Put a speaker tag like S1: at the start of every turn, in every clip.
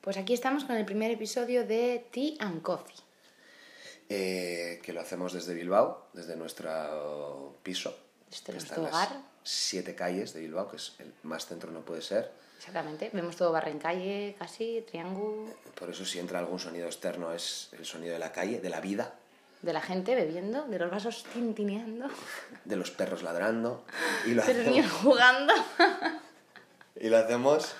S1: Pues Aquí estamos con el primer episodio de Tea and Coffee.
S2: eh, que lo hacemos desde Bilbao, desde nuestro piso.
S1: Desde
S2: que
S1: nuestro
S2: está en las
S1: hogar.
S2: Siete calles de Bilbao, que es el más centro no puede ser.
S1: Exactamente. Vemos todo barra en calle, casi, triángulo,
S2: Por eso si entra algún sonido externo es el sonido de la calle, de la vida,
S1: de la gente bebiendo, de los vasos tintineando,
S2: de los perros ladrando. Y lo
S1: de los niños
S2: hacemos,
S1: jugando.
S2: y lo hacemos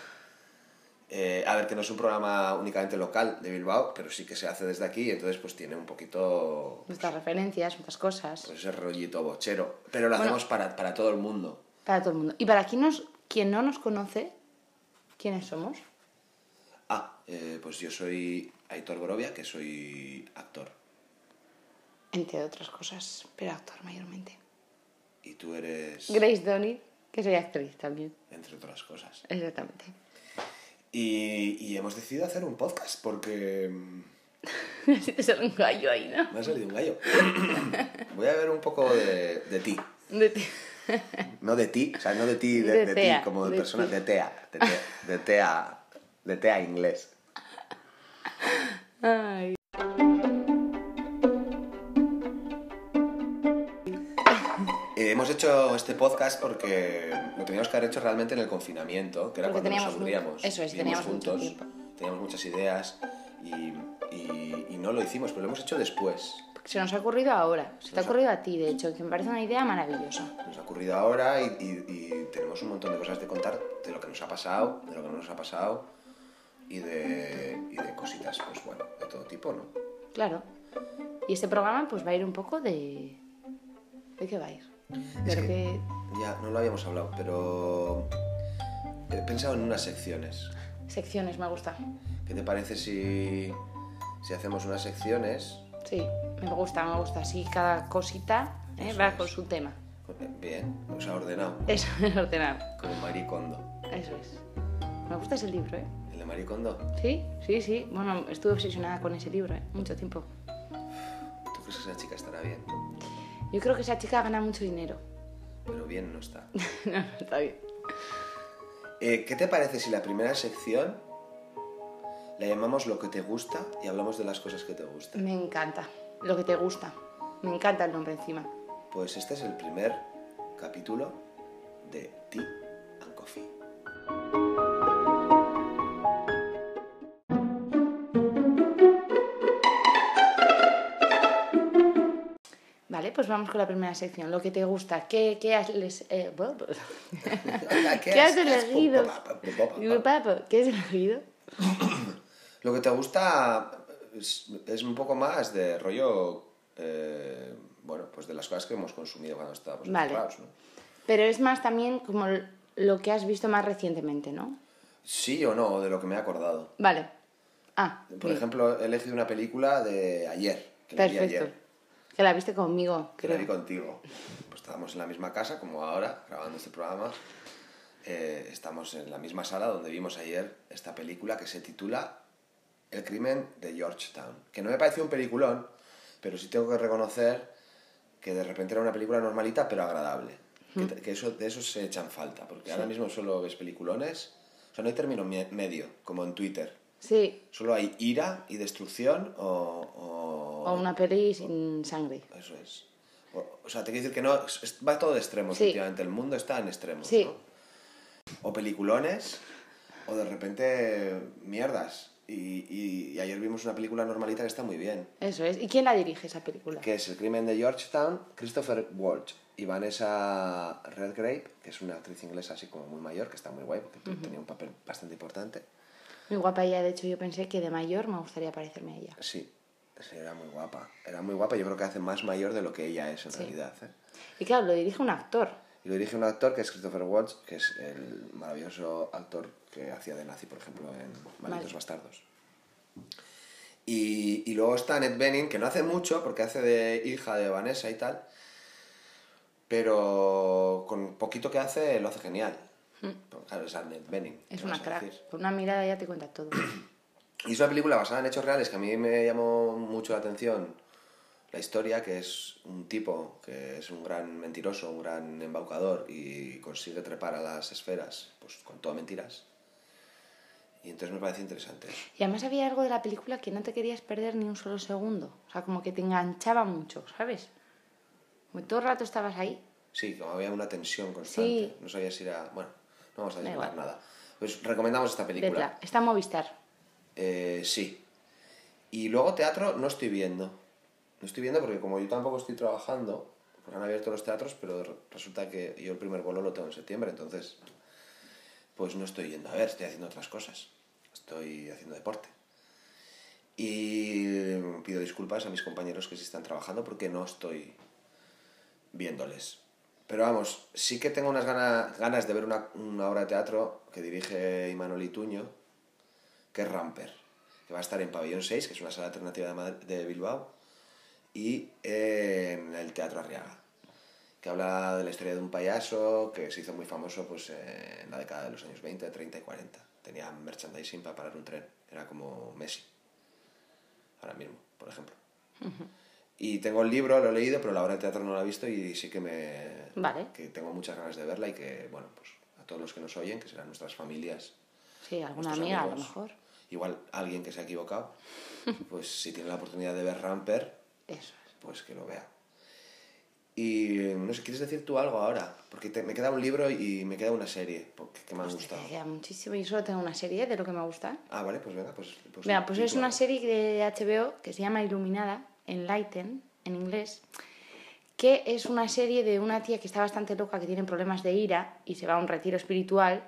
S2: eh, a ver, que no es un programa únicamente local de Bilbao, pero sí que se hace desde aquí y entonces pues tiene un poquito
S1: Nuestras referencias, muchas cosas.
S2: pues, ese rollito bochero. Pero lo
S1: Bueno.
S2: hacemos para, para todo el mundo.
S1: Para todo el mundo. Y para quien, nos, quien no nos conoce, ¿quiénes somos?
S2: Ah, eh, pues yo soy Aitor Gorovia, que soy actor.
S1: Entre otras cosas, pero actor mayormente.
S2: Y tú eres,
S1: Grace Donny, que soy actriz también.
S2: entre otras cosas.
S1: Exactamente.
S2: Y, y hemos decidido hacer un podcast porque mm,
S1: Así te sale un gallo ahí, ¿no?
S2: me ha salido un gallo. Voy a ver un poco de, de ti.
S1: De ti.
S2: No de ti, o sea, no de ti, de,
S1: De
S2: de
S1: tea,
S2: ti como de,
S1: de
S2: persona,
S1: ti.
S2: de tea, de tea, de tea, de tea inglés.
S1: Ay.
S2: Eh, hemos hecho este podcast porque lo teníamos que haber hecho realmente en el confinamiento, que era
S1: Porque
S2: cuando nos
S1: teníamos mucho-
S2: aburríamos.
S1: eso es,
S2: Vivimos
S1: teníamos mucho
S2: juntos,
S1: tiempo.
S2: teníamos muchas ideas y, y- y no lo hicimos, pero lo hemos hecho después.
S1: Se nos ha ocurrido ahora. Se te ha
S2: Nos ha-
S1: ocurrido a ti, de hecho, que me parece una idea maravillosa.
S2: Pues Nos ha ocurrido ahora y, y- y tenemos un montón de cosas de contar de lo que nos ha pasado, de lo que no nos ha pasado y de, y de cositas, pues bueno, de todo tipo, ¿no?
S1: Claro. Y este programa pues va a ir un poco de... ¿De qué va a ir?
S2: Es
S1: Pero
S2: que-
S1: que...
S2: Ya, no lo habíamos hablado, pero he pensado en unas secciones.
S1: Secciones, me gusta.
S2: ¿Qué te parece si, si hacemos unas secciones?
S1: Sí, me gusta, me gusta. Así cada cosita ¿eh?
S2: Eso
S1: va
S2: es.
S1: con su tema.
S2: Bien, o sea, ordenado,
S1: Eso es ordenar.
S2: como Marie Kondo.
S1: Eso es. Me gusta ese libro, ¿eh?
S2: ¿El de Marie Kondo?
S1: Sí, sí, sí. Bueno, estuve obsesionada con ese libro, ¿eh? Mucho tiempo.
S2: ¿Tú crees que esa chica estará bien?
S1: Yo creo que esa chica gana mucho dinero.
S2: Pero bien no está.
S1: no, no, está bien.
S2: Eh, ¿Qué te parece si la primera sección la llamamos lo que te gusta y hablamos de las cosas que te gustan?
S1: Me encanta. Lo que te gusta. Me encanta el nombre encima.
S2: Pues este es el primer capítulo de Tea and Coffee.
S1: Vale, pues vamos con la primera sección. Lo que te gusta. ¿Qué, qué has les- eh, bo- bo-
S2: Hola,
S1: ¿Qué has elegido? Papo, ¿Qué has elegido?
S2: Lo que te gusta es, es un poco más de rollo, eh, bueno, pues de las cosas que hemos consumido cuando estábamos
S1: Vale.
S2: encerrados, ¿no?
S1: Pero es más también como l- lo que has visto más recientemente, ¿no?
S2: Sí o no, de lo que me he acordado.
S1: Vale. Ah,
S2: Por
S1: bien.
S2: ejemplo, he elegido una película de ayer, que la vi
S1: perfecto.
S2: ayer,
S1: Que la viste conmigo,
S2: que
S1: creo.
S2: la vi contigo. Pues estábamos en la misma casa, como ahora, grabando este programa. Eh, estamos en la misma sala donde vimos ayer esta película que se titula El crimen de Georgetown. Que no me pareció un peliculón, pero sí tengo que reconocer que de repente era una película normalita, pero agradable. Que, te- que eso, de eso se echan falta, porque ahora mismo solo ves peliculones. O sea, no hay término me- medio, como en Twitter.
S1: Sí.
S2: Solo hay ira y destrucción o... o-
S1: O una peli sin sangre.
S2: Eso es. O, o sea, te quiero decir que no... es- es- va todo de extremos
S1: Sí.
S2: últimamente. El mundo está en extremos,
S1: Sí.
S2: ¿no? O peliculones o de repente mierdas. Y, y- y ayer vimos una película normalita que está muy bien.
S1: Eso es. ¿Y quién la dirige esa película?
S2: Que es El crimen de Georgetown, Christopher Walsh y Vanessa Redgrave, que es una actriz inglesa así como muy mayor, que está muy guay, porque tenía un papel bastante importante.
S1: Muy guapa ella, de hecho yo pensé que de mayor me gustaría parecerme a ella.
S2: Sí, sí, era muy guapa. Era muy guapa, yo creo que hace más mayor de lo que ella es en
S1: Sí.
S2: realidad. ¿eh?
S1: Y claro, lo dirige un actor.
S2: Y lo dirige un actor que es Christopher Waltz, que es el maravilloso actor que hacía de nazi, por ejemplo, en Malditos
S1: Vale.
S2: Bastardos. Y, y luego está Annette Bening, que no hace mucho porque hace de hija de Vanessa y tal, pero con poquito que hace lo hace genial. Pero Claro, es Annette Bening.
S1: Mm. Es
S2: ¿qué
S1: una
S2: vas a decir?
S1: crack. Con una mirada ya te cuenta todo.
S2: Y es una película basada en hechos reales que a mí me llamó mucho la atención la historia, que es un tipo que es un gran mentiroso, un gran embaucador y consigue trepar a las esferas pues con todo mentiras. Y Y entonces me parece interesante.
S1: Y además había algo de la película que no te querías perder ni un solo segundo. O sea, como que te enganchaba mucho, ¿sabes? Como todo el rato estabas ahí.
S2: Sí, como había una tensión constante.
S1: Sí.
S2: No sabía si era... Bueno, no vamos a
S1: Da
S2: desvelar
S1: igual.
S2: nada. Pues recomendamos esta película.
S1: Vetla. Está en Movistar.
S2: Eh, sí. Y luego teatro no estoy viendo. No estoy viendo porque como yo tampoco estoy trabajando, pues han abierto los teatros, pero re- resulta que yo el primer bolo lo tengo en septiembre, entonces pues no estoy yendo a ver, estoy haciendo otras cosas. Estoy haciendo deporte. Y pido disculpas a mis compañeros que sí están trabajando porque no estoy viéndoles. Pero vamos, sí que tengo unas gana- ganas de ver una, una obra de teatro que dirige Imanol Ituño, que es Ramper, que va a estar en Pabellón 6, que es una sala alternativa de, Madri- de Bilbao, y en el Teatro Arriaga, que habla de la historia de un payaso que se hizo muy famoso pues, eh, en la década de los años 20, 30 y 40. Tenía merchandising para parar un tren, era como Messi, ahora mismo, por ejemplo. Y tengo el libro, lo he leído, pero la obra de teatro no la he visto y sí que me...
S1: Vale.
S2: Que tengo muchas ganas de verla y que, bueno, pues a todos los que nos oyen, que serán nuestras familias
S1: Sí, alguna
S2: nuestros
S1: amiga a lo
S2: amigos,
S1: mejor.
S2: Igual alguien que se ha equivocado, pues si tiene la oportunidad de ver Ramper,
S1: Eso es.
S2: pues que lo vea. Y eh, no sé, ¿quieres decir tú algo ahora? Porque te- me queda un libro y me queda una serie porque, que me han
S1: Hostia,
S2: gustado.
S1: que queda muchísimo. Y solo tengo una serie de lo que me gusta.
S2: Ah, vale, pues venga, pues... pues
S1: Mira, pues es
S2: titúalo.
S1: una serie de HBO que se llama Iluminada, Enlightened, en inglés, que es una serie de una tía que está bastante loca, que tiene problemas de ira y se va a un retiro espiritual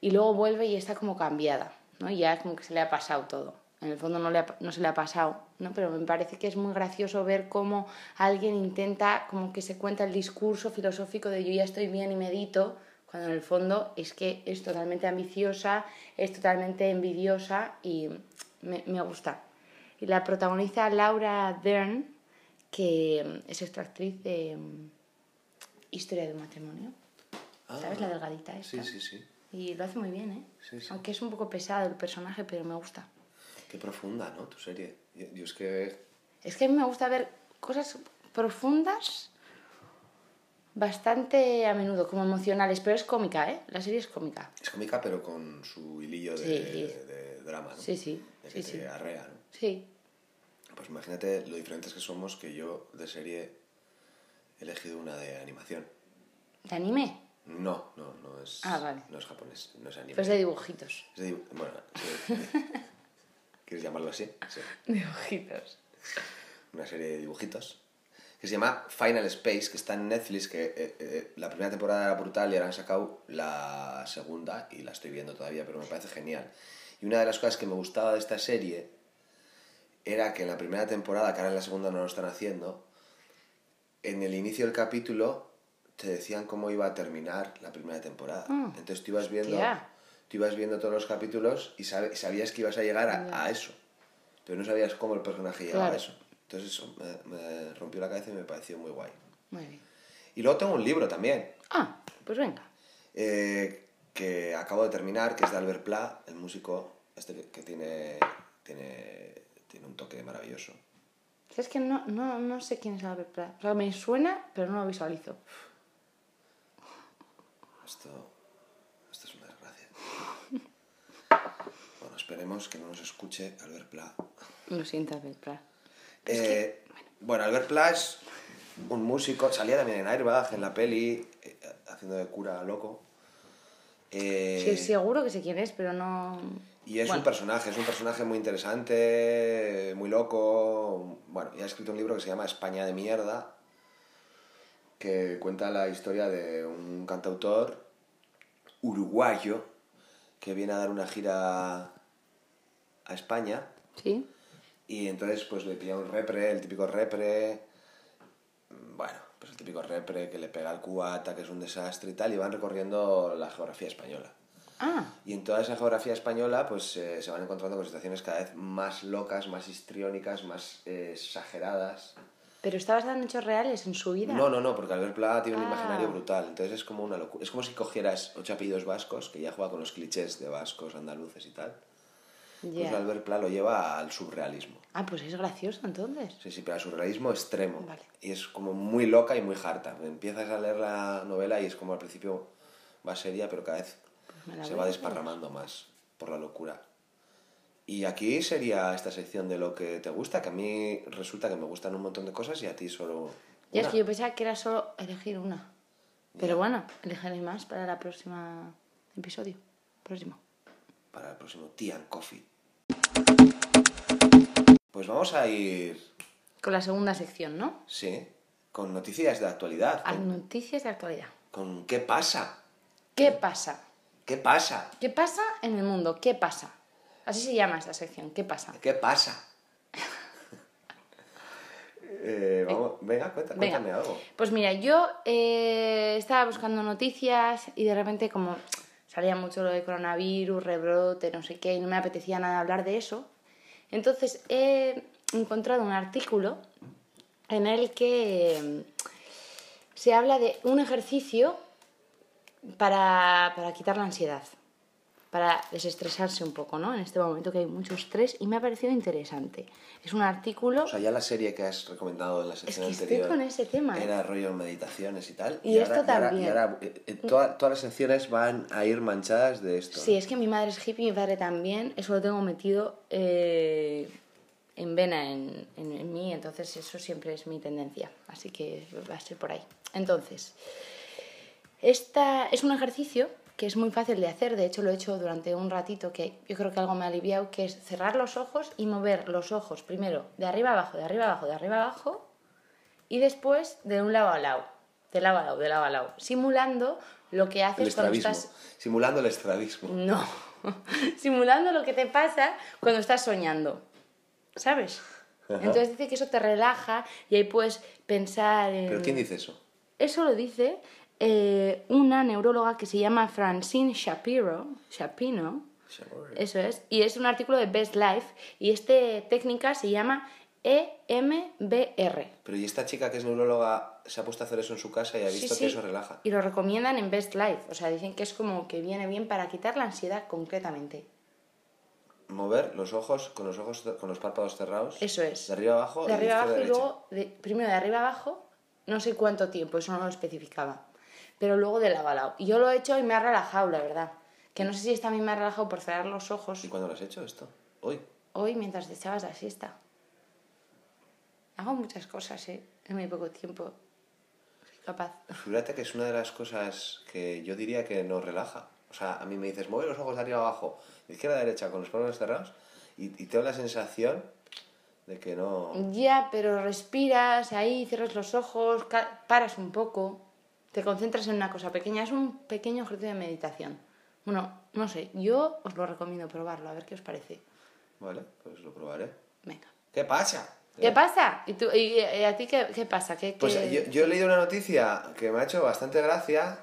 S1: y luego vuelve y está como cambiada, ¿no? Y ya como que se le ha pasado todo. En el fondo no, le ha- no se le ha pasado, ¿no? Pero me parece que es muy gracioso ver cómo alguien intenta, como que se cuenta el discurso filosófico de yo ya estoy bien y medito, cuando en el fondo es que es totalmente ambiciosa, es totalmente envidiosa y me, me gusta. Y la protagoniza Laura Dern, que mm, es actriz de mm, Historia de un matrimonio.
S2: Ah,
S1: ¿Sabes? La delgadita esta.
S2: Sí, sí, sí.
S1: Y lo hace muy bien, ¿eh?
S2: Sí, sí.
S1: Aunque es un poco pesado el personaje, pero me gusta.
S2: Qué profunda, ¿no? Tu serie. Yo, yo es que...
S1: Es que a mí me gusta ver cosas profundas bastante a menudo, como emocionales, pero es cómica, ¿eh? La serie es cómica.
S2: Es cómica, pero con su hilillo de,
S1: Sí, sí.
S2: de drama, ¿no?
S1: Sí, sí,
S2: De que
S1: sí,
S2: te
S1: sí.
S2: arrea, ¿no?
S1: Sí,
S2: Pues imagínate lo diferentes que somos que yo de serie he elegido una de animación.
S1: ¿te animé?
S2: No, no, no es,
S1: Ah, vale.
S2: no es japonés, no es anime.
S1: Pues de dibujitos.
S2: Es de dibu- bueno, sí. ¿quieres llamarlo así? Sí.
S1: Dibujitos.
S2: Una serie de dibujitos que se llama Final Space, que está en Netflix, que eh, eh, la primera temporada era brutal y ahora han sacado la segunda y la estoy viendo todavía, pero me parece genial. Y una de las cosas que me gustaba de esta serie era que en la primera temporada, que ahora en la segunda no lo están haciendo, en el inicio del capítulo te decían cómo iba a terminar la primera temporada.
S1: Ah,
S2: Entonces tú ibas viendo,
S1: hostia.
S2: tú ibas viendo todos los capítulos y sabe- sabías que ibas a llegar a, a eso. Pero no sabías cómo el personaje llegaba
S1: Claro.
S2: a eso. Entonces eso me, me rompió la cabeza y me pareció muy guay.
S1: Muy bien.
S2: Y luego tengo un libro también,
S1: Ah, pues venga.
S2: eh, que acabo de terminar, que es de Albert Pla, el músico este que, que tiene, tiene, tiene un toque maravilloso.
S1: Es que no, no, no sé quién es Albert Pla. O sea, me suena, pero no lo visualizo.
S2: Esto, esto es una desgracia. Bueno, esperemos que no nos escuche Albert Pla.
S1: Lo siento, Albert Pla.
S2: Eh, Bueno, Albert Pla es un músico, salía también en Airbag, en la peli, eh, haciendo de cura loco. Eh,
S1: Sí, seguro que sé quién es, pero no...
S2: Y es
S1: Bueno,
S2: un personaje, es un personaje muy interesante, muy loco. Bueno, y ha escrito un libro que se llama España de mierda, que cuenta la historia de un cantautor uruguayo que viene a dar una gira a España
S1: Sí,
S2: y entonces pues le pilla un repre, el típico repre, bueno, pues el típico repre que le pega al cubata, que es un desastre y tal, y van recorriendo la geografía española.
S1: Ah,
S2: Y en toda esa geografía española, pues eh, se van encontrando con situaciones cada vez más locas, más histriónicas, más eh, exageradas.
S1: pero está basado en hechos reales en su vida.
S2: No, no, no, porque Albert Pla tiene un
S1: Ah.
S2: imaginario brutal. Entonces es como una locura. Es como si cogieras ocho apellidos vascos, que ya juega con los clichés de vascos, andaluces y tal.
S1: Ya.
S2: Pues Albert Pla lo lleva al surrealismo.
S1: Ah, pues es gracioso entonces.
S2: Sí, sí, pero al surrealismo extremo.
S1: Vale.
S2: Y es como muy loca y muy harta. Empiezas a leer la novela y es como al principio va seria, pero cada vez
S1: me la
S2: se
S1: voy
S2: va
S1: a leer.
S2: desparramando más por la locura. Y aquí sería esta sección de lo que te gusta, que a mí resulta que me gustan un montón de cosas y a ti solo.
S1: Ya
S2: una.
S1: es que yo pensaba que era solo elegir una. Pero
S2: Ya.
S1: bueno, elegiré más para la próxima episodio. Próximo.
S2: Para el próximo Tea and Coffee. Pues vamos a ir,
S1: Con la segunda sección, ¿no?
S2: sí, con noticias de actualidad.
S1: A
S2: Con,
S1: noticias de actualidad.
S2: con qué pasa.
S1: ¿Qué pasa?
S2: ¿Qué pasa?
S1: ¿Qué pasa en el mundo? ¿Qué pasa? Así se llama esta sección. ¿Qué pasa?
S2: ¿Qué pasa? Eh, vamos, venga, cuenta-
S1: Venga.
S2: cuéntame algo.
S1: Pues mira, yo eh, estaba buscando noticias y de repente como salía mucho lo de coronavirus, rebrote, no sé qué, y no me apetecía nada hablar de eso. Entonces he encontrado un artículo en el que eh, se habla de un ejercicio para, para quitar la ansiedad, para desestresarse un poco, ¿no? En este momento que hay mucho estrés y me ha parecido interesante. Es un artículo...
S2: O sea, ya la serie que has recomendado en la sección
S1: que estoy
S2: anterior.
S1: con ese tema, ¿eh?
S2: Era rollo meditaciones y tal.
S1: Y esto también. Mm.
S2: Y ahora, eh, eh, toda- todas las secciones van a ir manchadas de esto.
S1: Sí, es que mi madre es hippie, mi padre también, eso lo tengo metido eh, en vena, en, en- en mí, entonces eso siempre es mi tendencia, así que va a ser por ahí. Entonces, esta es un ejercicio que es muy fácil de hacer, de hecho lo he hecho durante un ratito que yo creo que algo me ha aliviado, que es cerrar los ojos y mover los ojos primero de arriba abajo, de arriba abajo, de arriba abajo y después de un lado a lado, de lado a lado, de lado a lado, simulando lo que
S2: El
S1: haces cuando
S2: estrabismo.
S1: estás Mm.
S2: Simulando el estrabismo.
S1: no. Simulando lo que te pasa cuando estás soñando. ¿Sabes?
S2: Ajá.
S1: Entonces dice que eso te relaja y ahí puedes pensar en...
S2: ¿Pero quién dice eso?
S1: Eso lo dice eh, una neuróloga que se llama Francine Shapiro. Shapino. Eso es. Y es un artículo de Best Life. Y esta técnica se llama E EMBR.
S2: Pero ¿y esta chica que es neuróloga se ha puesto a hacer eso en su casa y ha
S1: Sí,
S2: visto
S1: sí.
S2: que eso relaja?
S1: Y lo recomiendan en Best Life. O sea, dicen que es como que viene bien para quitar la ansiedad concretamente.
S2: Mover los ojos con los ojos con los párpados cerrados.
S1: Eso es.
S2: De arriba abajo.
S1: De
S2: y
S1: arriba
S2: izquierda
S1: abajo y
S2: derecha.
S1: luego, de- primero de arriba abajo, no sé cuánto tiempo, eso no lo especificaba. Pero luego de lado a lado. Y yo lo he hecho y me ha relajado, la verdad. Que no sé si esta a mí me ha relajado por cerrar los ojos
S2: ¿Y cuándo lo has hecho esto? Hoy.
S1: hoy mientras te echabas la siesta. Hago muchas cosas, ¿eh? En muy poco tiempo. Soy capaz.
S2: Fíjate que es una de las cosas que yo diría que nos relaja. O sea, a mí me dices, mueve los ojos de arriba abajo, de izquierda a derecha, con los párpados cerrados, y, y tengo la sensación de que no...
S1: Ya, pero respiras ahí, cierras los ojos, ca- paras un poco, te concentras en una cosa pequeña. Es un pequeño ejercicio de meditación. Bueno, no sé, yo os lo recomiendo probarlo, a ver qué os parece.
S2: Vale, pues lo probaré.
S1: Venga.
S2: ¿Qué pasa?
S1: ¿Qué pasa? ¿Y, tú, y, y a ti qué, qué pasa? ¿Qué,
S2: Eh. Pues
S1: qué-
S2: yo, yo he leído una noticia que me ha hecho bastante gracia,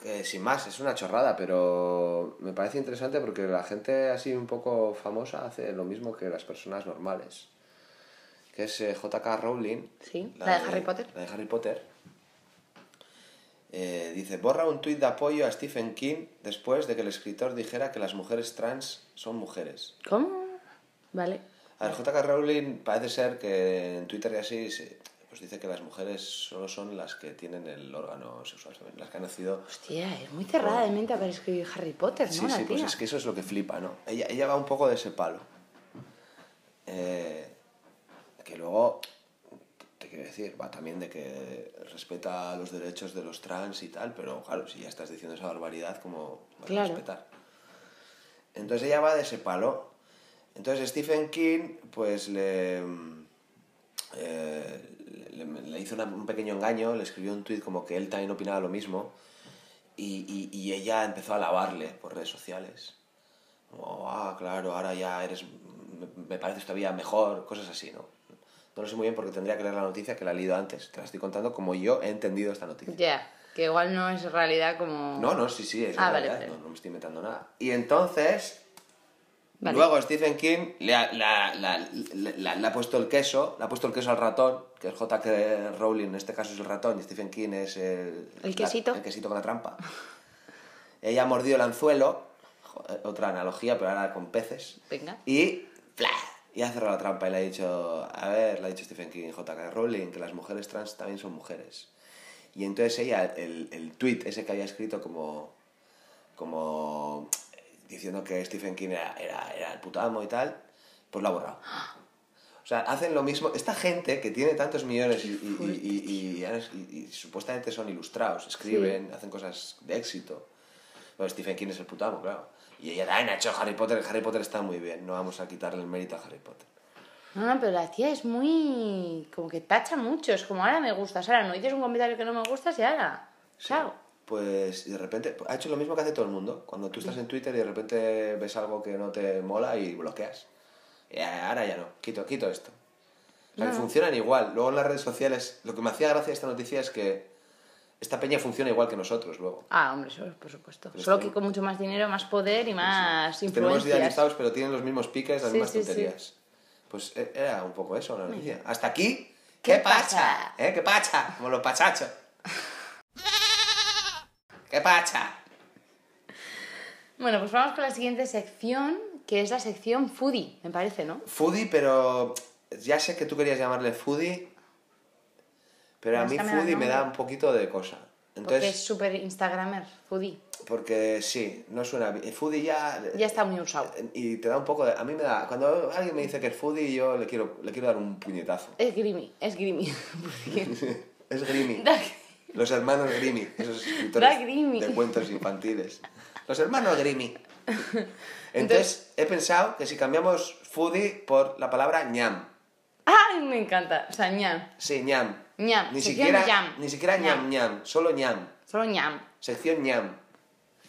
S2: que sin más, es una chorrada, pero me parece interesante porque la gente así un poco famosa hace lo mismo que las personas normales. Que es eh, JK Rowling.
S1: Sí, la de Harry Potter.
S2: La de Harry Potter. Eh, dice, borra un tuit de apoyo a Stephen King después de que el escritor dijera que las mujeres trans son mujeres.
S1: ¿Cómo? Vale.
S2: A ver, J.K. Rowling parece ser que en Twitter y así se- pues dice que las mujeres solo son las que tienen el órgano sexual, femenino, las que han nacido...
S1: Hostia, es muy cerrada de mente para escribir Harry Potter, ¿no?
S2: Sí,
S1: la
S2: sí, pues
S1: tía?
S2: es que eso es lo que flipa, ¿no? Ella, ella va un poco de ese palo. Eh, que luego, te quiero decir, va también de que respeta los derechos de los trans y tal, pero claro, si ya estás diciendo esa barbaridad, ¿cómo vas
S1: Claro.
S2: a respetar? Entonces ella va de ese palo. Entonces Stephen King, pues le... mm, eh, le, le- le hizo una- un pequeño engaño, le escribió un tuit como que él también opinaba lo mismo y, y- y ella empezó a alabarle por redes sociales. Como, ah, claro, ahora ya eres, me, me pareces todavía mejor, cosas así, ¿no? No lo sé muy bien porque tendría que leer la noticia que la he leído antes. Te la estoy contando como yo he entendido esta noticia.
S1: Ya, que igual no es realidad como...
S2: No, no, sí, sí, es
S1: Ah,
S2: una
S1: vale,
S2: realidad,
S1: vale.
S2: No, no me estoy inventando nada. Y entonces,
S1: Vale.
S2: luego Stephen King le ha, la- la- la- la- le ha puesto el queso, le ha puesto el queso al ratón, que es J.K. Rowling en este caso es el ratón y Stephen King es el...
S1: El quesito.
S2: la- el quesito con la trampa. Ella ha mordido el anzuelo, jo- eh, otra analogía, pero ahora con peces,
S1: Venga.
S2: y ¡pla! Y ha cerrado la trampa y le ha dicho, a ver, le ha dicho Stephen King, J.K. Rowling, que las mujeres trans también son mujeres. Y entonces ella, el, el tweet ese que había escrito como, como diciendo que Stephen King era, era, era el puto amo y tal, pues lo ha borrado. O sea, hacen lo mismo. Esta gente que tiene tantos millones y, y- y- y- y- y- y supuestamente son ilustrados, escriben, hacen cosas de éxito. Bueno, Stephen King es el puto amo, claro. Y ella también ha hecho Harry Potter. Harry Potter está muy bien. No vamos a quitarle el mérito a Harry Potter.
S1: No, no, pero la tía es muy. como que tacha mucho. Es como, ahora me gustas, ahora no dices un comentario que no me gustas y ahora. Chao.
S2: Pues y de repente ha hecho lo mismo que hace todo el mundo. Cuando tú estás en Twitter y de repente ves algo que no te mola y bloqueas. Y ahora ya no, quito, quito esto. O sea, que funcionan igual. Luego en las redes sociales, lo que me hacía gracia esta noticia es que esta peña funciona igual que nosotros luego.
S1: Ah, hombre, eso, por supuesto.
S2: Pero
S1: Solo
S2: es que-
S1: que con mucho más dinero, más poder y más
S2: Tenemos
S1: influencias.
S2: idealizados, pero tienen los mismos piques, las
S1: Sí,
S2: mismas
S1: sí, sí.
S2: tonterías. Pues eh, era un poco eso la noticia. Hasta aquí, ¿qué,
S1: ¿Qué
S2: pacha?
S1: pacha?
S2: ¿Eh? ¿Qué pacha? Como los pachachos. ¿Qué pacha?
S1: Bueno, pues vamos con la siguiente sección, que es la sección foodie, me parece, ¿no?
S2: Foodie, pero ya sé que tú querías llamarle foodie, pero a
S1: Pero
S2: mí
S1: es que me da
S2: foodie me da
S1: nombre.
S2: un poquito de cosa.
S1: Porque es
S2: Entonces, Eh,
S1: súper Instagramer, foodie.
S2: porque, sí, no suena bien. Foodie ya... eh,
S1: Ya está muy usado.
S2: Y te da un poco de... A mí me da... Cuando alguien me dice que es foodie, yo le quiero, le quiero dar un puñetazo.
S1: Es grimy, es grimy.
S2: Es Grimy.
S1: Da-
S2: Los hermanos Grimy, esos escritores
S1: Da Grimy.
S2: de cuentos infantiles. Los hermanos Grimy. Entonces, he pensado que si cambiamos foodie por la palabra ñam.
S1: ¡Ay, me encanta! O sea, ñam.
S2: Sí, ñam.
S1: Ñam.
S2: Ni
S1: Sección
S2: siquiera,
S1: ñam.
S2: ni siquiera ñam, ñam, solo ñam.
S1: Solo ñam.
S2: Sección ñam.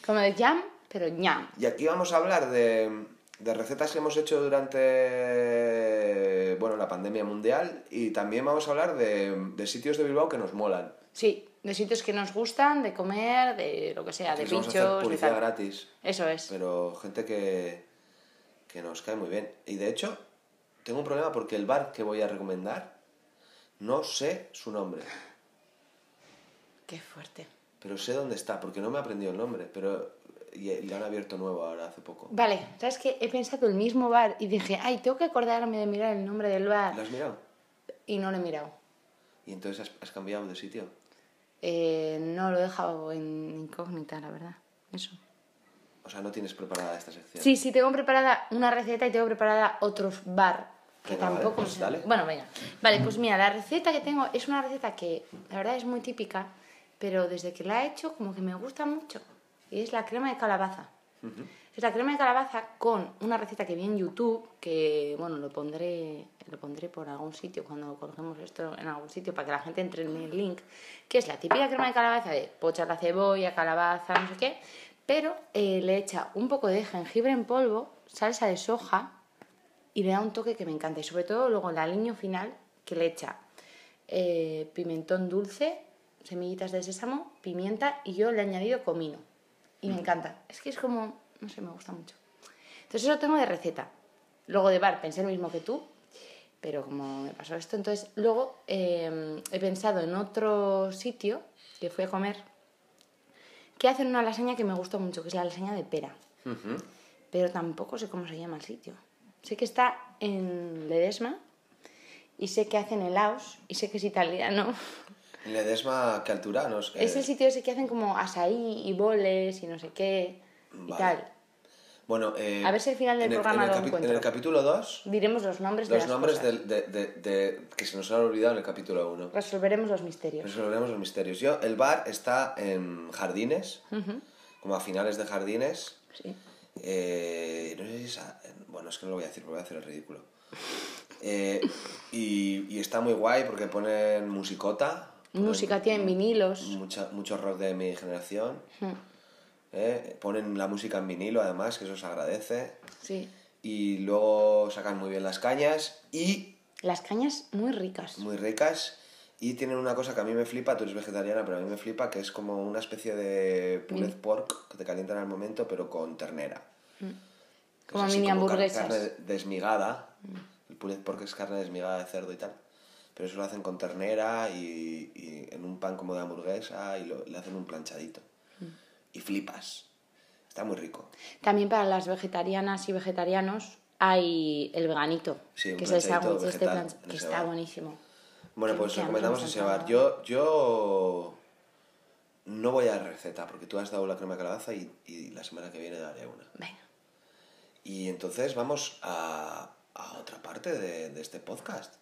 S1: Como de jam, pero ñam.
S2: Y aquí vamos a hablar de, de recetas que hemos hecho durante, bueno, la pandemia mundial y también vamos a hablar de, de sitios de Bilbao que nos molan.
S1: Sí, de sitios que nos gustan, de comer, de lo que sea, Ah, de
S2: Les vamos a hacer
S1: pinchos, de
S2: publicidad
S1: tal.
S2: gratis,
S1: Eso es.
S2: pero gente que, que nos cae muy bien. Y de hecho, tengo un problema porque el bar que voy a recomendar, no sé su nombre.
S1: Qué fuerte.
S2: Pero sé dónde está, porque no me he aprendido el nombre, pero y- y lo han abierto nuevo ahora hace poco.
S1: Vale, ¿sabes qué? He pensado el mismo bar y dije, ay, tengo que acordarme de mirar el nombre del bar.
S2: ¿Lo has mirado?
S1: Y no lo he mirado.
S2: Y entonces has, has cambiado de sitio.
S1: Eh, no lo he dejado en incógnita, la verdad. Eso.
S2: O sea, no tienes preparada esta sección.
S1: Sí, sí, tengo preparada una receta y tengo preparada otros bar. Que
S2: Venga, vale,
S1: tampoco
S2: pues
S1: me
S2: dale.
S1: Bueno, venga. Vale, pues mira, la receta que tengo es una receta que la verdad es muy típica, pero desde que la he hecho como que me gusta mucho. Y es la crema de calabaza. Es la crema de calabaza con una receta que vi en YouTube, que bueno, lo pondré, lo pondré por algún sitio cuando colguemos esto en algún sitio para que la gente entre en el link, que es la típica crema de calabaza de pochar la cebolla, calabaza, no sé qué, pero eh, le echa un poco de jengibre en polvo, salsa de soja y le da un toque que me encanta. Y sobre todo luego el aliño final que le echa eh, pimentón dulce, semillitas de sésamo, pimienta y yo le he añadido comino. Y me encanta. Es que es como, no sé, me gusta mucho. Entonces eso tengo de receta. Luego de bar pensé lo mismo que tú, pero como me pasó esto, entonces luego eh, he pensado en otro sitio que fui a comer que hacen una lasaña que me gusta mucho, que es la lasaña de pera
S2: Ujú.
S1: pero tampoco sé cómo se llama el sitio. Sé que está en Ledesma y sé que hacen helados y sé que es italiano.
S2: En Ledesma, ¿qué altura? No sé.
S1: Es el sitio ese que hacen como asaí y boles y no sé qué y
S2: Vale.
S1: tal.
S2: Bueno, eh,
S1: A ver si al final del
S2: en el-
S1: programa
S2: en el
S1: lo
S2: capi-
S1: encuentro.
S2: En el capítulo 2,
S1: Diremos los nombres de
S2: los
S1: las
S2: nombres
S1: cosas.
S2: del- de, de- de- que se nos han olvidado en el capítulo 1.
S1: Resolveremos los misterios.
S2: Resolveremos los misterios. Yo, el bar está en jardines,
S1: Ujú,
S2: como a finales de jardines.
S1: sí.
S2: Eh, no sé si es a- bueno, es que no lo voy a decir, porque voy a hacer el ridículo. Eh, y, y está muy guay porque ponen musicota. ponen
S1: Música tienen vinilos.
S2: mucha- mucho rock de mi generación.
S1: Ujú,
S2: eh, Ponen la música en vinilo, además, que eso se agradece.
S1: Sí.
S2: Y luego sacan muy bien las cañas y
S1: Las cañas muy ricas.
S2: muy ricas. Y tienen una cosa que a mí me flipa, tú eres vegetariana, pero a mí me flipa, que es como una especie de pulled pork que te calientan al momento, pero con ternera. Que
S1: Mm. Como
S2: es así
S1: mini
S2: car-
S1: hamburguesas. Mm.
S2: Carne desmigada. El pulled pork es carne desmigada de cerdo y tal. Pero eso lo hacen con ternera y, y en un pan como de hamburguesa y lo- le hacen un planchadito.
S1: Mm.
S2: Y flipas. Está muy rico.
S1: También para las vegetarianas y vegetarianos hay el veganito,
S2: Sí, un
S1: que es el
S2: planchadito
S1: sándwich este
S2: vegetal
S1: planch-
S2: en
S1: que
S2: ese
S1: está
S2: bar.
S1: buenísimo.
S2: Bueno,
S1: Que-
S2: pues
S1: que a mí
S2: recomendamos
S1: me
S2: ese
S1: encantaba.
S2: bar. Yo, yo no voy a receta, porque tú has dado la crema de calabaza y, y la semana que viene daré una.
S1: Venga.
S2: Y entonces vamos a, a otra parte de, de este podcast.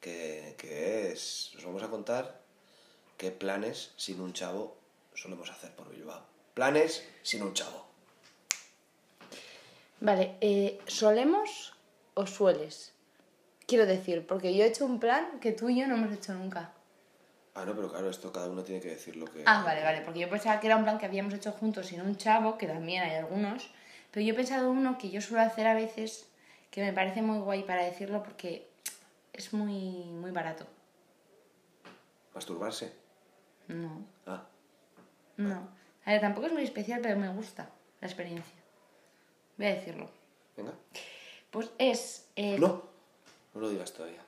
S2: Que, que es, os vamos a contar qué planes sin un chavo solemos hacer por Bilbao. Planes sin un chavo.
S1: Vale, eh, ¿solemos o sueles? Quiero decir, porque yo he hecho un plan que tú y yo no hemos hecho nunca.
S2: Ah, no, pero claro, esto cada uno tiene que decir lo que...
S1: Ah, vale, vale, porque yo pensaba que era un plan que habíamos hecho juntos sin un chavo, que también hay algunos, pero yo he pensado uno que yo suelo hacer a veces, que me parece muy guay para decirlo porque es muy, muy barato.
S2: Masturbarse.
S1: No,
S2: Ah,
S1: no. A ver, tampoco es muy especial, pero me gusta la experiencia. Voy a decirlo.
S2: venga.
S1: Pues es... eh,
S2: No, no lo digas todavía.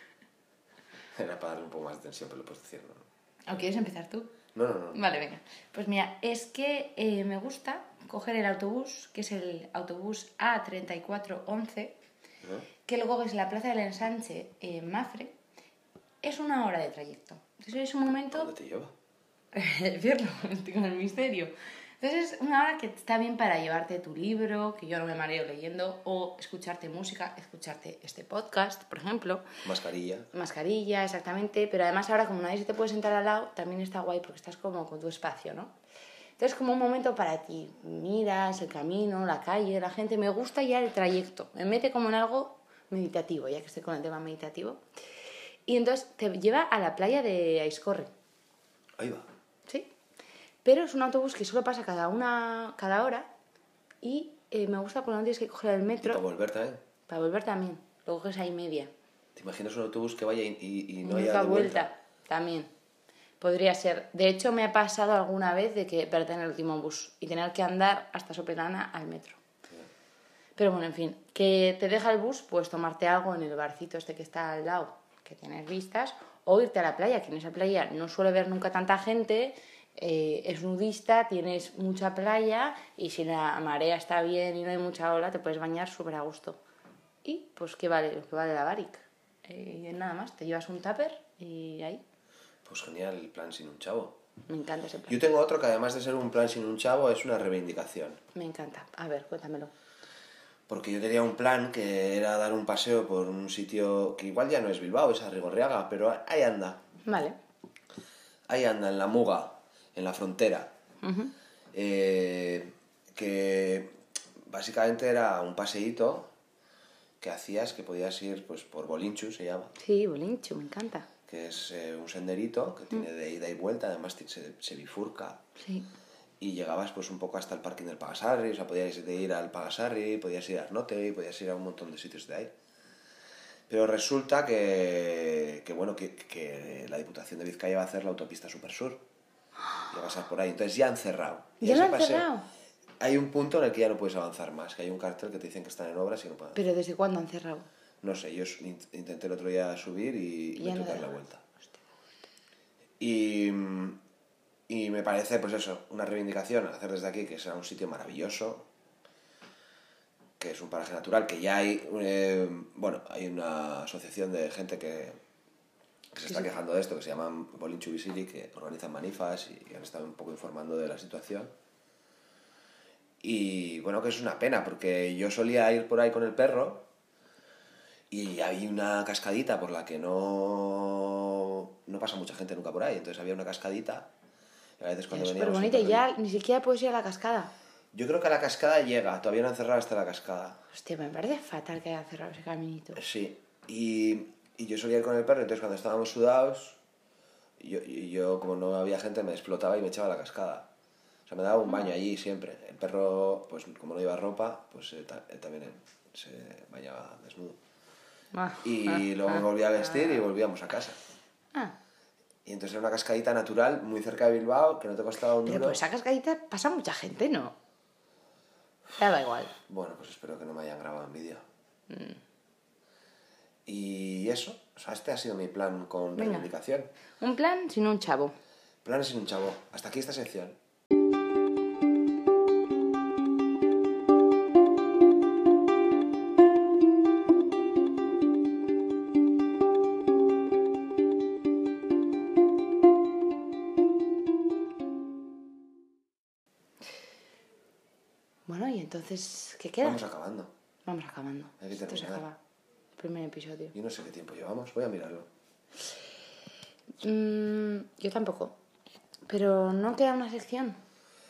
S2: Era para darle un poco más de tensión, pero lo puedes decir, ¿no?
S1: ¿O quieres empezar tú?
S2: No, no, no.
S1: Vale, venga. Pues mira, es que eh, me gusta coger el autobús, que es el autobús A3411,
S2: ¿No?
S1: que luego es la Plaza del Ensanche en Mafre. Es una hora de trayecto. Entonces es un momento...
S2: ¿Dónde te lleva?
S1: Decirlo, estoy con el misterio. Entonces es una hora que está bien para llevarte tu libro, que yo no me mareo leyendo, o escucharte música, escucharte este podcast, por ejemplo.
S2: Mascarilla.
S1: Mascarilla, exactamente, pero además ahora como nadie se te puede sentar al lado, también está guay porque estás como con tu espacio, ¿no? Entonces como un momento para ti, miras el camino, la calle, la gente, me gusta ya el trayecto, me mete como en algo meditativo, ya que estoy con el tema meditativo. Y entonces te lleva a la playa de Aiscorre,
S2: Ahí va.
S1: ¿sí? Pero es un autobús que solo pasa cada, una, cada hora y eh, me gusta porque no tienes que coger el
S2: Y para
S1: metro
S2: volver también.
S1: para volver también, lo coges ahí media.
S2: ¿Te imaginas un autobús que vaya y, y- y no
S1: Nunca
S2: haya de
S1: vuelta. También. Podría ser. De hecho, me ha pasado alguna vez de que perdí en el último bus y tener que andar hasta Sopelana al metro. Pero bueno, en fin, que te deja el bus, pues tomarte algo en el barcito este que está al lado, que tienes vistas, o irte a la playa, que en esa playa no suele ver nunca tanta gente, eh, es nudista, tienes mucha playa y si la marea está bien y no hay mucha ola, te puedes bañar súper a gusto. Y pues qué vale, lo que vale la Baric. Eh, nada más, te llevas un tupper y ahí.
S2: Pues genial, el plan sin un chavo.
S1: Me encanta ese plan.
S2: Yo tengo otro que además de ser un plan sin un chavo es una reivindicación.
S1: Me encanta. A ver, cuéntamelo.
S2: Porque yo tenía un plan que era dar un paseo por un sitio que igual ya no es Bilbao, es Arrigorriaga, pero ahí anda.
S1: Vale.
S2: Ahí anda, en la Muga, en la frontera.
S1: Ujú.
S2: Eh, que básicamente era un paseíto que hacías, que podías ir pues por Bolinchu, se llama,
S1: Sí, bolincho, me encanta.
S2: que es eh, un senderito que tiene de ida y vuelta, además ti- se, se bifurca.
S1: Sí.
S2: Y llegabas pues un poco hasta el parking del Pagasarri, o sea, podías irte- ir al Pagasarri, podías ir a Arnote, podías ir a un montón de sitios de ahí. Pero resulta que, que bueno, que, que la Diputación de Vizcaya va a hacer la autopista Supersur. Y va a pasar por ahí. Entonces ya han cerrado. Y
S1: ¿Ya
S2: ese
S1: lo han
S2: paseo-
S1: cerrado?
S2: hay un punto en el que ya no puedes avanzar más, que hay un cartel que te dicen que están en obras y no pueden-
S1: ¿Pero desde cuándo han cerrado?
S2: No sé, yo s- int- intenté el otro día subir y
S1: Y
S2: me
S1: ya
S2: tuve
S1: no
S2: que dar la
S1: daba.
S2: vuelta. Y, mm, y me parece, pues eso, una reivindicación a hacer desde aquí, que será un sitio maravilloso, que es un paraje natural, que ya hay, eh, bueno, hay una asociación de gente que, que se está quejando de esto, que se llama Bolinchu Visiri, que organizan manifas y, y han estado un poco informando de la situación. Y bueno, que es una pena, porque yo solía ir por ahí con el perro y había una cascadita por la que no, no pasa mucha gente nunca por ahí, entonces había una cascadita. y a veces cuando
S1: Es súper
S2: veníamos
S1: bonito.
S2: nosotros-
S1: Ya ni siquiera puedes ir a la cascada.
S2: Yo creo que a la cascada llega, todavía no han cerrado hasta la cascada.
S1: Hostia, me parece fatal que haya cerrado ese caminito.
S2: Sí, y, y yo solía ir con el perro, entonces cuando estábamos sudados, yo, y yo como no había gente me explotaba y me echaba a la cascada. O sea, me daba un baño allí siempre. El perro, pues como no lleva ropa, pues eh, ta- él también eh, se bañaba desnudo.
S1: Ah, ah,
S2: Y luego me
S1: ah,
S2: volvía a vestir y volvíamos a casa.
S1: ah.
S2: Y entonces era una cascadita natural muy cerca de Bilbao, que no te costaba un
S1: Pero pues
S2: duro.
S1: por esa cascadita pasa mucha gente, ¿no? Ya da igual.
S2: Bueno, pues espero que no me hayan grabado en vídeo.
S1: Mm.
S2: Y eso, o sea, este ha sido mi plan con
S1: Venga.
S2: reivindicación.
S1: Un plan sin un chavo.
S2: Planes sin un chavo. Hasta aquí esta sección.
S1: Bueno, y entonces, ¿qué queda?
S2: Vamos acabando.
S1: Vamos acabando.
S2: Hay que
S1: Esto se
S2: terminar.
S1: acaba. El primer episodio.
S2: Yo no sé qué tiempo llevamos, voy a mirarlo.
S1: Mm, yo tampoco. Pero no queda una sección.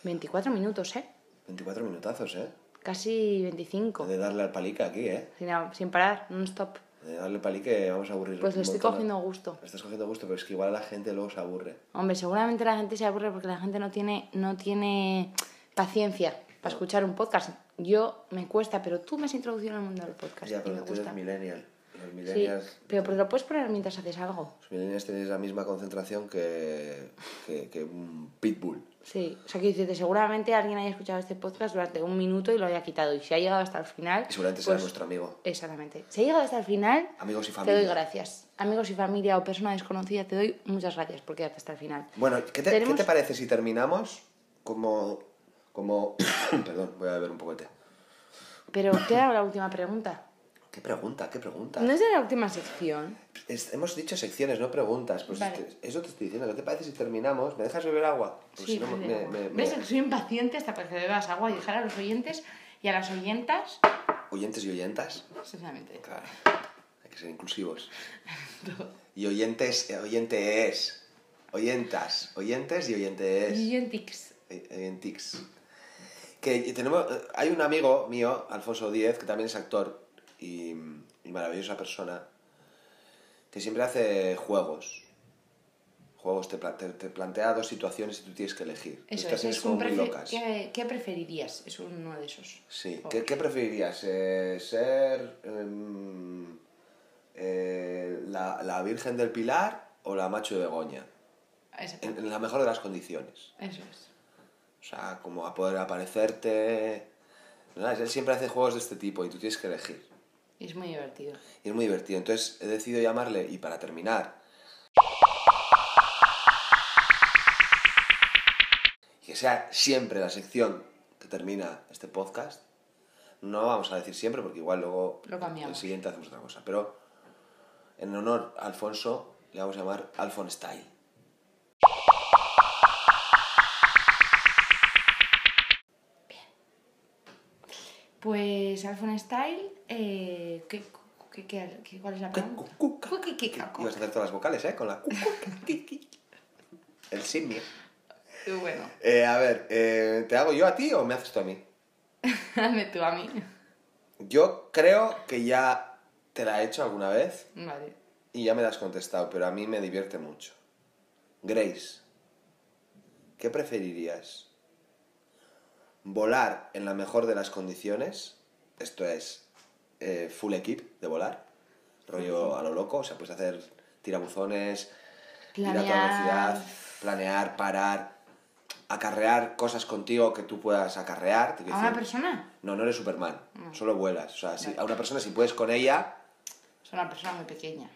S1: 24 minutos, ¿eh?
S2: 24 minutazos, ¿eh?
S1: Casi
S2: He
S1: 25.
S2: de darle al palique aquí, ¿eh?
S1: Sin, sin parar, non-stop.
S2: He de darle al palique, vamos a aburrir.
S1: Pues
S2: un
S1: le estoy
S2: montón.
S1: cogiendo gusto.
S2: Le estás cogiendo gusto, pero es que igual la gente luego se aburre.
S1: Hombre, seguramente la gente se aburre porque la gente no tiene, no tiene paciencia para escuchar un podcast. Yo me cuesta, pero tú me has introducido en el mundo del podcast.
S2: Ya,
S1: y me
S2: pero tú eres
S1: gusta.
S2: millennial. Los
S1: Sí,
S2: millennials,
S1: pero, pero lo puedes poner mientras haces algo.
S2: los millennials tenéis la misma concentración que, que, que un pitbull.
S1: Sí, o sea, que dices, seguramente alguien haya escuchado este podcast durante un minuto y lo haya quitado. Y si ha llegado hasta el final. pues
S2: Y seguramente será nuestro amigo.
S1: Exactamente. Si ha llegado hasta el final,
S2: Amigos y
S1: te doy
S2: familia.
S1: gracias. Amigos y familia o persona desconocida, te doy muchas gracias por quedarte hasta el final.
S2: Bueno, ¿qué te,
S1: Tenemos-
S2: qué te parece si terminamos como... como... Perdón, voy a beber un poco de té.
S1: Pero queda la última pregunta.
S2: ¿Qué pregunta? ¿Qué pregunta?
S1: No es de la última sección.
S2: Es- hemos dicho secciones, no preguntas. Pues
S1: Vale.
S2: es- eso te estoy diciendo. ¿Qué te parece si terminamos? ¿Me dejas beber agua? Pues
S1: Sí,
S2: si no, me-
S1: vale.
S2: me- me-
S1: ¿Ves?
S2: me-
S1: que Soy impaciente hasta para que bebas agua y dejar a los oyentes y a las oyentas.
S2: ¿Oyentes y oyentas?
S1: Sinceramente.
S2: Claro. Hay que ser inclusivos. Y oyentes, eh, oyentees. Oyentas. Oyentes y oyentees.
S1: Oyentix.
S2: Oy- Oyentix. eh, Que tenemos, eh, hay un amigo mío, Alfonso Díez, que también es actor y, y maravillosa persona, que siempre hace juegos. Juegos, te, pla- te- te plantea dos situaciones y tú tienes que elegir.
S1: Eso
S2: Estas
S1: es,
S2: tienes
S1: es
S2: como
S1: un
S2: muy
S1: prefe-
S2: locas.
S1: ¿Qué, qué preferirías? Es uno de esos.
S2: Sí.
S1: Oh.
S2: ¿Qué, qué preferirías? Eh, ¿Ser em, eh, la, la Virgen del Pilar o la Macho de Begoña? En,
S1: Exactamente.
S2: en la mejor de las condiciones.
S1: Eso es.
S2: O sea, como a poder aparecerte. ¿verdad? Él siempre hace juegos de este tipo y tú tienes que elegir.
S1: Y es muy divertido.
S2: Y es muy divertido. Entonces he decidido llamarle, y para terminar. Que sea siempre la sección que termina este podcast. No vamos a decir siempre, porque igual luego.
S1: Lo cambiamos.
S2: El siguiente hacemos otra cosa. Pero en honor a Alfonso, le vamos a llamar Alfon Style.
S1: Pues Alphon Style, eh, ¿qué, qué- qué- qué- cuál es la pregunta? Cu- cu- cu- cu-
S2: Ibas a hacer todas las vocales, ¿eh? Con la. cu- cu- cu- cu- El simio.
S1: Y Bueno,
S2: Eh, a ver, eh, ¿te hago yo a ti o me haces tú a mí?
S1: dame tú a mí.
S2: Yo creo que ya te la he hecho alguna vez
S1: Vale.
S2: y ya me la has contestado, pero a mí me divierte mucho. Grace, ¿qué preferirías? ¿Volar en la mejor de las condiciones? Esto es eh, full equip de volar, rollo a lo loco, o sea, puedes hacer tirabuzones, ir a toda velocidad,
S1: Planear.
S2: planear, parar, acarrear cosas contigo que tú puedas acarrear. te quiero
S1: ¿A una
S2: decir,
S1: persona? Mm.
S2: no, no eres Superman. Solo vuelas. O sea, si-
S1: Vale.
S2: a una persona, si puedes con ella,
S1: Es una persona muy pequeña.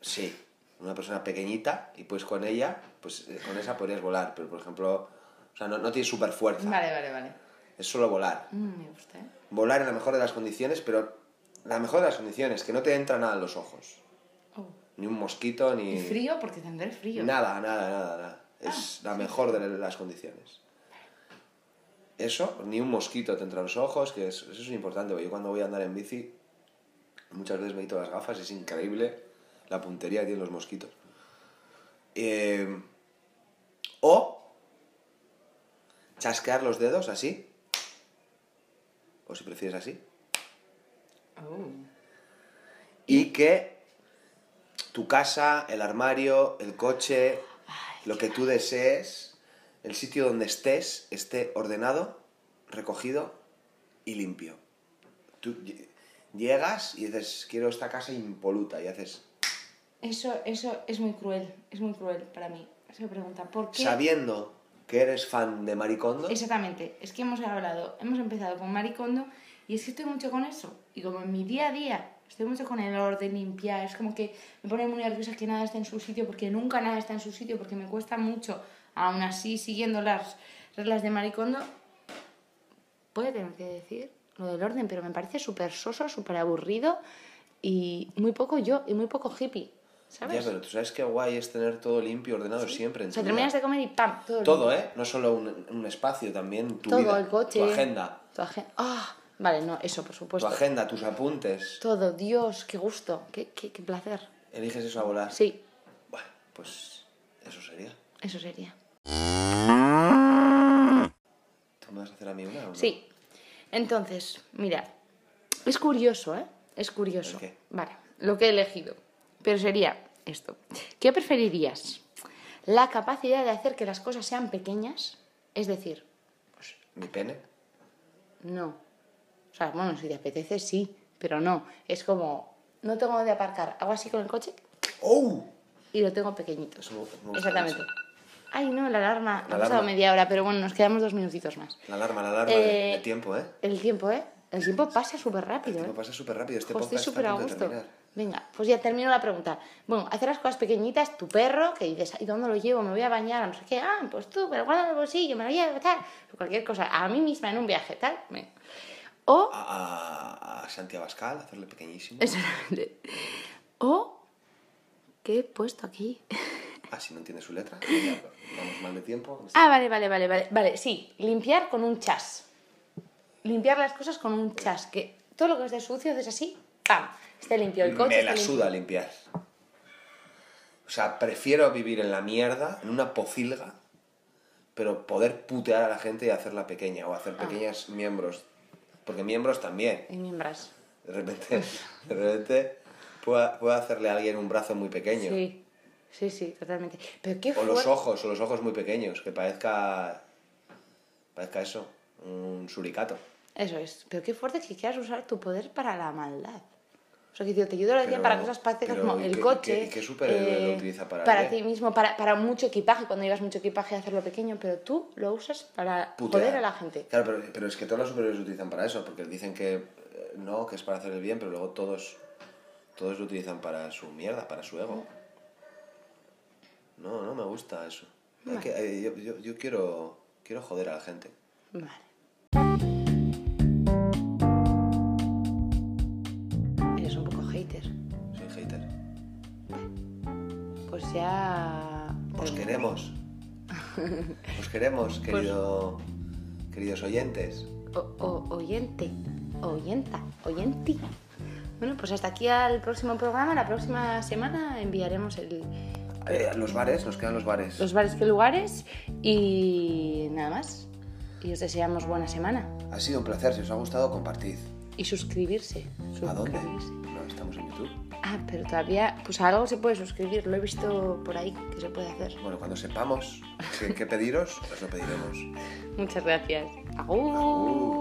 S2: sí. Una persona pequeñita y puedes con ella, pues eh, con esa podrías volar. Pero, por ejemplo, o sea, no, no tienes super fuerza.
S1: Vale, vale, vale.
S2: Es solo volar.
S1: Mm, me gusta, ¿eh?
S2: Volar en la mejor de las condiciones, pero la mejor de las condiciones, que no te entra nada en los ojos.
S1: Oh.
S2: Ni un mosquito, ni...
S1: Y frío, porque tendré frío.
S2: Nada, nada, nada, nada. Es la mejor de las condiciones. Eso, ni un mosquito te entra en los ojos, que es- eso es importante, porque yo cuando voy a andar en bici, muchas veces me quito las gafas, es increíble la puntería que tienen los mosquitos. Eh, o chasquear los dedos así, o si prefieres así,
S1: Oh.
S2: y que tu casa, el armario, el coche, lo que tú desees, el sitio donde estés, esté ordenado, recogido y limpio. Tú lle- llegas y dices, quiero esta casa impoluta, y haces,
S1: Eso, eso es muy cruel. Es muy cruel para mí. Se me pregunta, ¿por qué?
S2: sabiendo que eres fan de Maricondo,
S1: Exactamente, es que hemos hablado, hemos empezado con Maricondo y es que estoy mucho con eso. Y como en mi día a día estoy mucho con el orden, limpiar, es como que me pone muy nerviosa que nada está en su sitio, porque nunca nada está en su sitio, porque me cuesta mucho, aún así siguiendo las reglas de Maricondo, voy a tener que decir lo del orden, pero me parece súper soso, súper aburrido y muy poco yo y muy poco hippie,
S2: ya,
S1: ¿sabes?
S2: pero tú sabes qué guay es tener todo limpio, ordenado siempre. En
S1: o sea,
S2: tu
S1: terminas
S2: vida.
S1: de comer y ¡pam! Todo,
S2: Todo, ¿eh? No solo un, un espacio, también ¿eh? tu
S1: Todo,
S2: vida,
S1: el coche.
S2: tu agenda.
S1: Tu agenda. ¡Ah! Vale, no, eso, por
S2: Tu
S1: supuesto.
S2: agenda, tus apuntes.
S1: Todo, Dios, qué gusto, qué, qué, qué placer.
S2: ¿Eliges eso a volar?
S1: Sí,
S2: Bueno, pues eso sería.
S1: eso sería.
S2: ¿Tú me vas a hacer a mí una o no?
S1: Sí. Entonces, mira, es curioso, ¿eh? Es curioso.
S2: ¿El qué?
S1: Vale, lo que he elegido. Pero sería esto. ¿Qué preferirías? La capacidad de hacer que las cosas sean pequeñas, es decir,
S2: Pues, ¿Mi pene?
S1: no. O sea, bueno, si te apetece, sí, pero no. Es como, no tengo dónde aparcar, hago así con el coche
S2: ¡Oh!
S1: y lo tengo pequeñito.
S2: Eso me gusta mucho.
S1: Exactamente. Ay, no, la alarma.
S2: La
S1: ha pasado
S2: alarma.
S1: media hora, pero bueno, nos quedamos dos minutitos más.
S2: La alarma, la alarma
S1: Eh,
S2: de, de tiempo, ¿eh?
S1: El tiempo, ¿eh? El tiempo pasa súper
S2: El
S1: rápido, ¿eh?
S2: tiempo pasa súper rápido. Este
S1: Jo, estoy
S2: podcast
S1: súper
S2: está
S1: a
S2: a punto de
S1: gusto.
S2: terminar.
S1: Venga, pues ya termino la pregunta. Bueno, hacer las cosas pequeñitas, tu perro, que dices, ¿y dónde lo llevo? Me voy a bañar, no sé qué, ah, pues tú, pero guarda en el bolsillo, me lo llevo, tal, o cualquier cosa, a mí misma en un viaje, tal. venga. O,
S2: A, a, a Santi Abascal, hacerle pequeñísimo.
S1: exactamente. o, ¿qué he puesto aquí?
S2: Ah, si no entiende su letra. ya, Vamos mal de tiempo.
S1: Ah, vale, vale, vale, vale, vale, sí, limpiar con un chas. Limpiar las cosas con un chas, que todo lo que esté sucio haces así, ¡pam! Esté limpio el coche.
S2: me
S1: esté
S2: la
S1: limpio.
S2: suda limpiar. O sea, prefiero vivir en la mierda, en una pocilga, pero poder putear a la gente y hacerla pequeña o
S1: Ah.
S2: hacer pequeños miembros. Porque miembros también.
S1: Y miembras.
S2: De repente, de repente puedo, puedo hacerle a alguien un brazo muy pequeño.
S1: Sí, sí, sí, totalmente. Pero qué
S2: O
S1: fuerte.
S2: los ojos, o los ojos muy pequeños, que parezca. parezca eso, un suricato.
S1: Eso es. Pero qué fuerte que quieras usar tu poder para la maldad. O sea, que yo te ayudo lo decía
S2: Pero-
S1: para cosas prácticas
S2: pero
S1: como
S2: ¿y
S1: el
S2: qué-
S1: coche.
S2: y qué- y qué superhéroe lo utiliza para qué?
S1: ti mismo, para, para mucho equipaje, cuando llevas mucho equipaje, hacerlo pequeño, pero tú lo usas para
S2: Putear.
S1: joder a la gente.
S2: Claro, pero, pero es que todos los superhéroes lo utilizan para eso, porque dicen que eh, no, que es para hacer el bien, pero luego todos, todos lo utilizan para su mierda, para su ego. No, no me gusta eso. Hay que- eh, yo yo- yo quiero, quiero joder a la gente.
S1: Vale. Eres un poco hater.
S2: Soy hater.
S1: Pues ya.
S2: Os queremos. Os queremos, querido, queridos oyentes.
S1: O- o- oyente, oyenta, oyenti. Bueno, pues hasta aquí al próximo programa. La próxima semana enviaremos el-
S2: Eh, los bares, nos quedan los bares.
S1: los bares, qué lugares y nada más. Y os deseamos buena semana.
S2: Ha sido un placer, si os ha gustado, compartid.
S1: Y suscribirse.
S2: ¿A dónde?
S1: suscribirse.
S2: No, estamos en YouTube.
S1: Ah, pero todavía, pues a algo se puede suscribir. Lo he visto por ahí que se puede hacer.
S2: Bueno, cuando sepamos qué, qué pediros, os lo pediremos.
S1: Muchas gracias. Agur.